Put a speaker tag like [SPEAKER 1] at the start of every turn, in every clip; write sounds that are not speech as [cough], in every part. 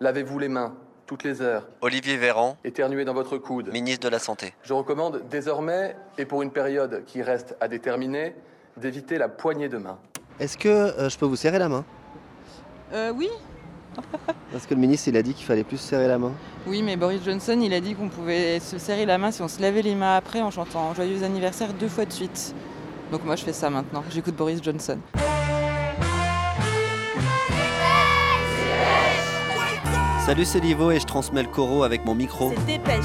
[SPEAKER 1] Lavez-vous les mains toutes les heures.
[SPEAKER 2] Olivier Véran,
[SPEAKER 1] Éternuez dans votre coude.
[SPEAKER 2] ministre de la Santé.
[SPEAKER 1] Je recommande désormais, et pour une période qui reste à déterminer, d'éviter la poignée de main.
[SPEAKER 3] Est-ce que euh, je peux vous serrer la main
[SPEAKER 4] Euh, oui.
[SPEAKER 3] Parce que le ministre, il a dit qu'il fallait plus serrer la main.
[SPEAKER 4] Oui, mais Boris Johnson, il a dit qu'on pouvait se serrer la main si on se lavait les mains après en chantant Joyeux anniversaire deux fois de suite. Donc moi, je fais ça maintenant. J'écoute Boris Johnson.
[SPEAKER 3] Salut, c'est Livo et je transmets le coro avec mon micro.
[SPEAKER 5] C'est dépêche.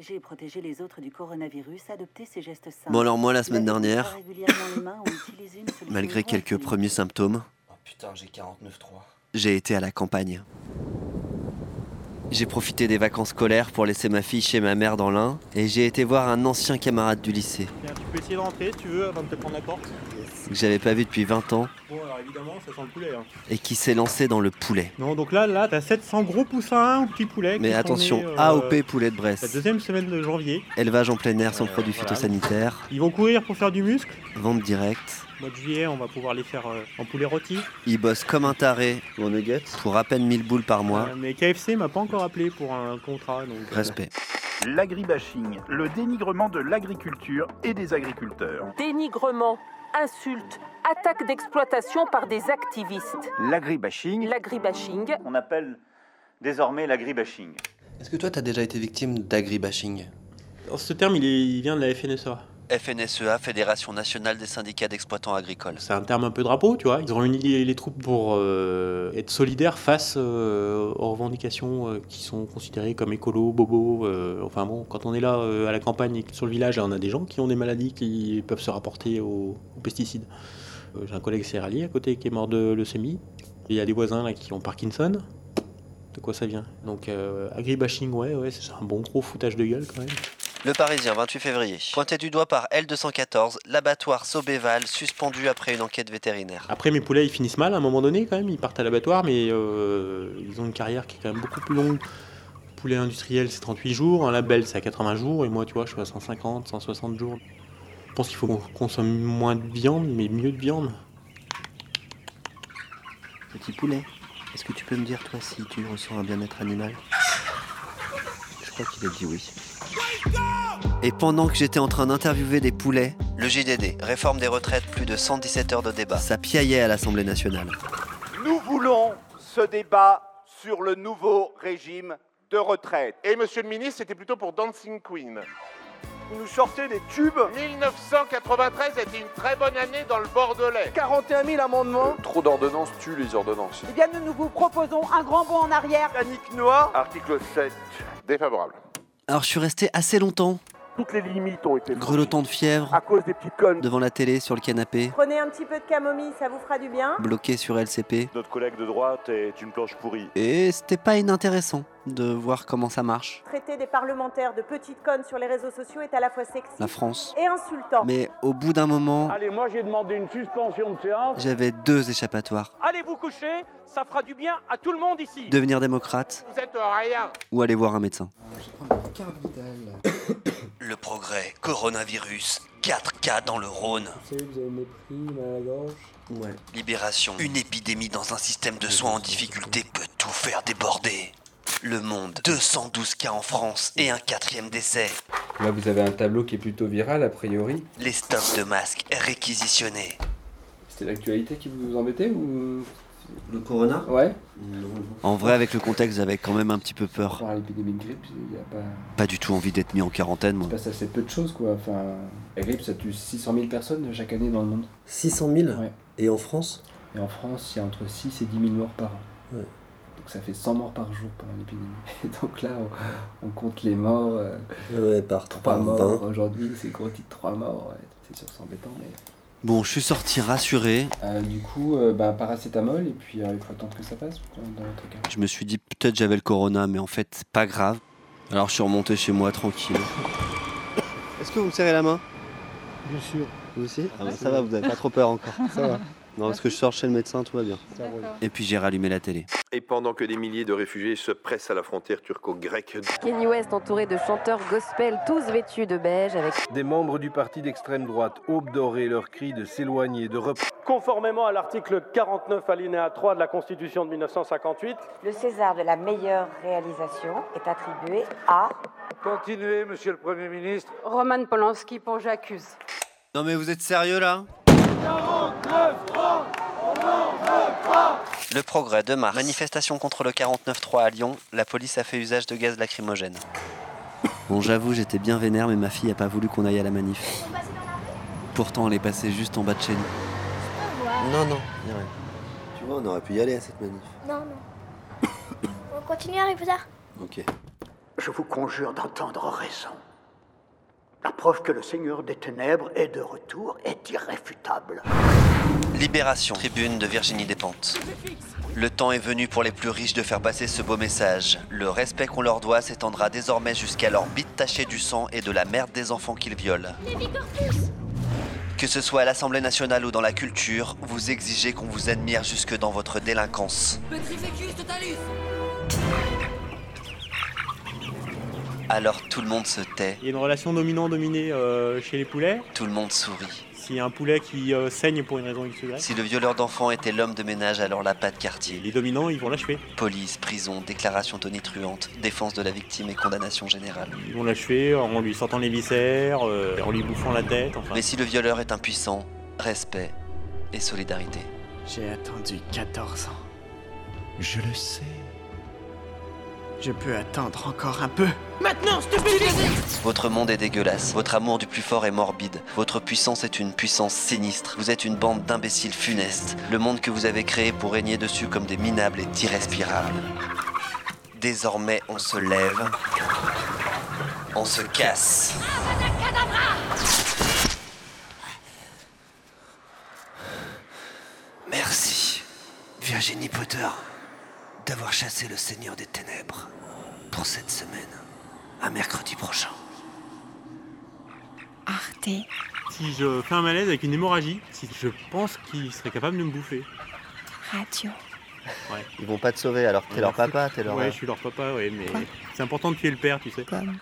[SPEAKER 5] J'ai protégé les autres du coronavirus, adopter ces gestes simples.
[SPEAKER 3] Bon, alors moi, la semaine
[SPEAKER 5] Lavez-vous
[SPEAKER 3] dernière,
[SPEAKER 5] régulièrement les mains ou utilisez une solution
[SPEAKER 3] malgré quelques
[SPEAKER 5] rapide.
[SPEAKER 3] premiers symptômes,
[SPEAKER 2] Oh putain, j'ai 49.3.
[SPEAKER 3] j'ai été à la campagne. J'ai profité des vacances scolaires pour laisser ma fille chez ma mère dans l'Ain et j'ai été voir un ancien camarade du lycée
[SPEAKER 6] Tiens, tu peux essayer de rentrer, tu veux, avant de te prendre la porte.
[SPEAKER 3] que j'avais pas vu depuis 20 ans
[SPEAKER 6] Bon, alors évidemment, ça sent le poulet. hein.
[SPEAKER 3] et qui s'est lancé dans le poulet.
[SPEAKER 6] Non, donc là, là, t'as 700 gros poussins ou petits poulets.
[SPEAKER 3] Mais
[SPEAKER 6] qui sont
[SPEAKER 3] attention,
[SPEAKER 6] nés, euh,
[SPEAKER 3] AOP poulet de Bresse,
[SPEAKER 6] La deuxième semaine de janvier.
[SPEAKER 3] élevage en plein air sans
[SPEAKER 6] Ouais,
[SPEAKER 3] produits
[SPEAKER 6] voilà.
[SPEAKER 3] phytosanitaires,
[SPEAKER 6] Ils vont courir pour faire du muscle.
[SPEAKER 3] vente directe.
[SPEAKER 6] Au mois de juillet, on va pouvoir les faire euh, en poulet rôti.
[SPEAKER 3] Il bosse comme un taré pour à peine 1000 boules par mois.
[SPEAKER 6] Euh, mais KFC m'a pas encore appelé pour un contrat. Donc, euh,
[SPEAKER 3] Respect.
[SPEAKER 7] L'agribashing, le dénigrement de l'agriculture et des agriculteurs.
[SPEAKER 8] Dénigrement, insultes, attaques d'exploitation par des activistes.
[SPEAKER 9] L'agribashing,
[SPEAKER 8] L'agribashing,
[SPEAKER 9] on appelle désormais l'agribashing.
[SPEAKER 3] Est-ce que toi, t'as déjà été victime d'agribashing
[SPEAKER 6] alors, ce terme, il, est- il vient de la FNSEA.
[SPEAKER 2] FNSEA, E Fédération Nationale des Syndicats d'Exploitants Agricoles.
[SPEAKER 6] C'est un terme un peu drapeau, tu vois. Ils ont réuni les, les troupes pour euh, être solidaires face euh, aux revendications euh, qui sont considérées comme écolo, bobo. euh, enfin bon, quand on est là euh, à la campagne et que sur le village, on a des gens qui ont des maladies qui peuvent se rapporter aux, aux pesticides. Euh, J'ai un collègue céréalier à côté qui est mort de leucémie. Il y a des voisins là qui ont Parkinson. De quoi ça vient Donc euh, agribashing, ouais, ouais, c'est un bon gros foutage de gueule quand même.
[SPEAKER 2] Le Parisien, 28 février. Pointé du doigt par L214, l'abattoir Saubeval suspendu après une enquête vétérinaire.
[SPEAKER 6] Après, mes poulets, ils finissent mal à un moment donné quand même. Ils partent à l'abattoir, mais euh, ils ont une carrière qui est quand même beaucoup plus longue. Poulet industriel, c'est 38 jours. Un label, c'est à 80 jours. Et moi, tu vois, je suis à 150, 160 jours. Je pense qu'il faut qu'on consomme moins de viande, mais mieux de viande.
[SPEAKER 3] Petit poulet, est-ce que tu peux me dire, toi, si tu ressens un bien-être animal Je crois qu'il a dit oui. Et pendant que j'étais en train d'interviewer des poulets,
[SPEAKER 2] Le JDD, réforme des retraites, plus de 117 heures de débat.
[SPEAKER 3] ça piaillait à l'Assemblée nationale.
[SPEAKER 9] Nous voulons ce débat sur le nouveau régime de retraite.
[SPEAKER 10] Et monsieur le ministre, c'était plutôt pour Dancing Queen.
[SPEAKER 9] Vous nous sortez des tubes
[SPEAKER 10] 1993 était une très bonne année dans le Bordelais.
[SPEAKER 9] 41 000 amendements
[SPEAKER 1] Trop d'ordonnances tue les ordonnances.
[SPEAKER 5] Eh bien, nous, nous vous proposons un grand bond en arrière.
[SPEAKER 11] Eh
[SPEAKER 9] Panique noire
[SPEAKER 10] Article 7. Défavorable.
[SPEAKER 3] Alors je suis resté assez longtemps,
[SPEAKER 9] Toutes les limites ont été
[SPEAKER 3] grelottant de fièvre,
[SPEAKER 9] cause des petites connes.
[SPEAKER 3] devant la télé, sur le canapé,
[SPEAKER 5] Prenez un petit peu de camomille, ça vous fera du bien.
[SPEAKER 3] bloqué sur LCP.
[SPEAKER 9] Notre collègue de droite est une planche pourrie.
[SPEAKER 3] Et c'était pas inintéressant de voir comment ça marche,
[SPEAKER 5] Traiter des parlementaires de petites connes sur les réseaux sociaux est à la fois sexy
[SPEAKER 3] la France.
[SPEAKER 5] et insultant.
[SPEAKER 3] Mais au bout d'un moment,
[SPEAKER 9] Allez, moi j'ai demandé une suspension de séance.
[SPEAKER 3] j'avais deux échappatoires.
[SPEAKER 9] Allez vous coucher, ça fera du bien à tout le monde ici.
[SPEAKER 3] Devenir démocrate
[SPEAKER 10] Vous êtes rien.
[SPEAKER 3] ou aller voir un médecin.
[SPEAKER 2] Le progrès, coronavirus, 4 cas dans le Rhône. Libération, une épidémie dans un système de soins en difficulté peut tout faire déborder. Le monde, 212 cas en France et un quatrième décès.
[SPEAKER 11] Là, vous avez un tableau qui est plutôt viral, a priori.
[SPEAKER 2] Les stocks de masques réquisitionnés.
[SPEAKER 11] C'était l'actualité qui vous embêtait ou...
[SPEAKER 3] Le corona
[SPEAKER 11] Ouais
[SPEAKER 3] En vrai, avec le contexte, j'avais quand même un petit peu peur.
[SPEAKER 11] Par l'épidémie de grippe, il n'y a pas...
[SPEAKER 3] Pas du tout envie d'être mis en quarantaine, moi.
[SPEAKER 11] Il se passe assez ben, peu de choses, quoi. Enfin, la grippe, ça tue 600 000 personnes chaque année dans le monde.
[SPEAKER 3] 600 000
[SPEAKER 11] Ouais.
[SPEAKER 3] Et en France
[SPEAKER 11] Et en France, il y a entre 6 et 10 000 morts par an.
[SPEAKER 3] Ouais.
[SPEAKER 11] Donc ça fait 100 morts par jour pendant l'épidémie. [laughs] Et donc là, on, on compte les morts. euh,
[SPEAKER 3] Ouais, par
[SPEAKER 11] 3 morts aujourd'hui, c'est gros titre 3 morts. ouais. C'est sûr, c'est embêtant, mais...
[SPEAKER 3] Bon, je suis sorti rassuré.
[SPEAKER 11] Euh, du coup, euh, bah, paracétamol, et puis euh, il faut attendre que ça passe quoi, dans notre cas.
[SPEAKER 3] Je me suis dit peut-être j'avais le corona, mais en fait, pas grave. Alors je suis remonté chez moi tranquille. Est-ce que vous me serrez la main
[SPEAKER 6] Bien sûr.
[SPEAKER 12] Ah, bah,
[SPEAKER 3] Vous aussi Ça va, vous n'avez pas trop peur encore. Ça va.
[SPEAKER 12] Non, parce que je sors chez le médecin, tout va bien. Et puis j'ai rallumé la télé.
[SPEAKER 13] Et pendant que des milliers de réfugiés se pressent à la frontière turco-grecque,
[SPEAKER 4] Kenny West entouré de chanteurs gospel, tous vêtus de beige avec
[SPEAKER 14] Des membres du parti d'extrême droite aube dorée leur cri de s'éloigner d'Europe.
[SPEAKER 10] Conformément à l'article 49 alinéa 3 de la Constitution de 1958,
[SPEAKER 5] Le César de la meilleure réalisation est attribué à
[SPEAKER 15] Continuez, monsieur le Premier ministre.
[SPEAKER 16] Roman Polanski pour J'accuse.
[SPEAKER 12] Non, mais vous êtes sérieux là
[SPEAKER 3] Le progrès de mars. Manifestation contre le 49-3 à Lyon. La police a fait usage de gaz lacrymogène.
[SPEAKER 12] Bon, j'avoue, j'étais bien vénère, mais ma fille a pas voulu qu'on aille à la manif. Pourtant, elle est passée juste en bas de chez nous. Non, non, y a rien.
[SPEAKER 17] Tu vois, on aurait pu y aller à cette manif.
[SPEAKER 18] Non, non. [coughs] On continue à arriver tard.
[SPEAKER 17] Ok.
[SPEAKER 9] Je vous conjure d'entendre raison. La preuve que le Seigneur des Ténèbres est de retour est irréfutable.
[SPEAKER 3] Libération. Tribune de Virginie Despentes. Le temps est venu pour les plus riches de faire passer ce beau message. Le respect qu'on leur doit s'étendra désormais jusqu'à leur bite tachée du sang et de la merde des enfants qu'ils violent. Que ce soit à l'Assemblée nationale ou dans la culture, vous exigez qu'on vous admire jusque dans votre délinquance.
[SPEAKER 19] Petrificus totalus
[SPEAKER 3] Alors tout le monde se tait,
[SPEAKER 6] Il y a une relation dominant-dominée euh, chez les poulets.
[SPEAKER 3] tout le monde sourit.
[SPEAKER 6] S'il y a un poulet qui euh, saigne pour une raison X ou Y,
[SPEAKER 3] Si le violeur d'enfants était l'homme de ménage, alors la patte quartier.
[SPEAKER 6] Les dominants, ils vont l'achever.
[SPEAKER 3] Police, prison, déclaration tonitruante, défense de la victime et condamnation générale.
[SPEAKER 6] ils vont l'achever en lui sortant les viscères, euh, en lui bouffant la tête, enfin.
[SPEAKER 3] Mais si le violeur est impuissant, respect et solidarité.
[SPEAKER 11] J'ai attendu 14 ans. Je le sais. Je peux attendre encore un peu.
[SPEAKER 19] Maintenant, stupide
[SPEAKER 3] Votre monde est dégueulasse, votre amour du plus fort est morbide, votre puissance est une puissance sinistre, vous êtes une bande d'imbéciles funestes, le monde que vous avez créé pour régner dessus comme des minables est irrespirable. Désormais, on se lève, on se casse.
[SPEAKER 20] Merci, Virginie Potter, d'avoir chassé le Seigneur des Ténèbres pour cette semaine. À mercredi prochain.
[SPEAKER 6] Si je fais un malaise avec une hémorragie, si je pense qu'il serait capable de me bouffer.
[SPEAKER 11] Radio.
[SPEAKER 6] Ouais.
[SPEAKER 12] Ils vont pas te sauver alors que t'es leur euh, papa, t'es leur.
[SPEAKER 6] Ouais, je suis leur papa, ouais, mais c'est important de tuer le père, tu sais.
[SPEAKER 11] Comme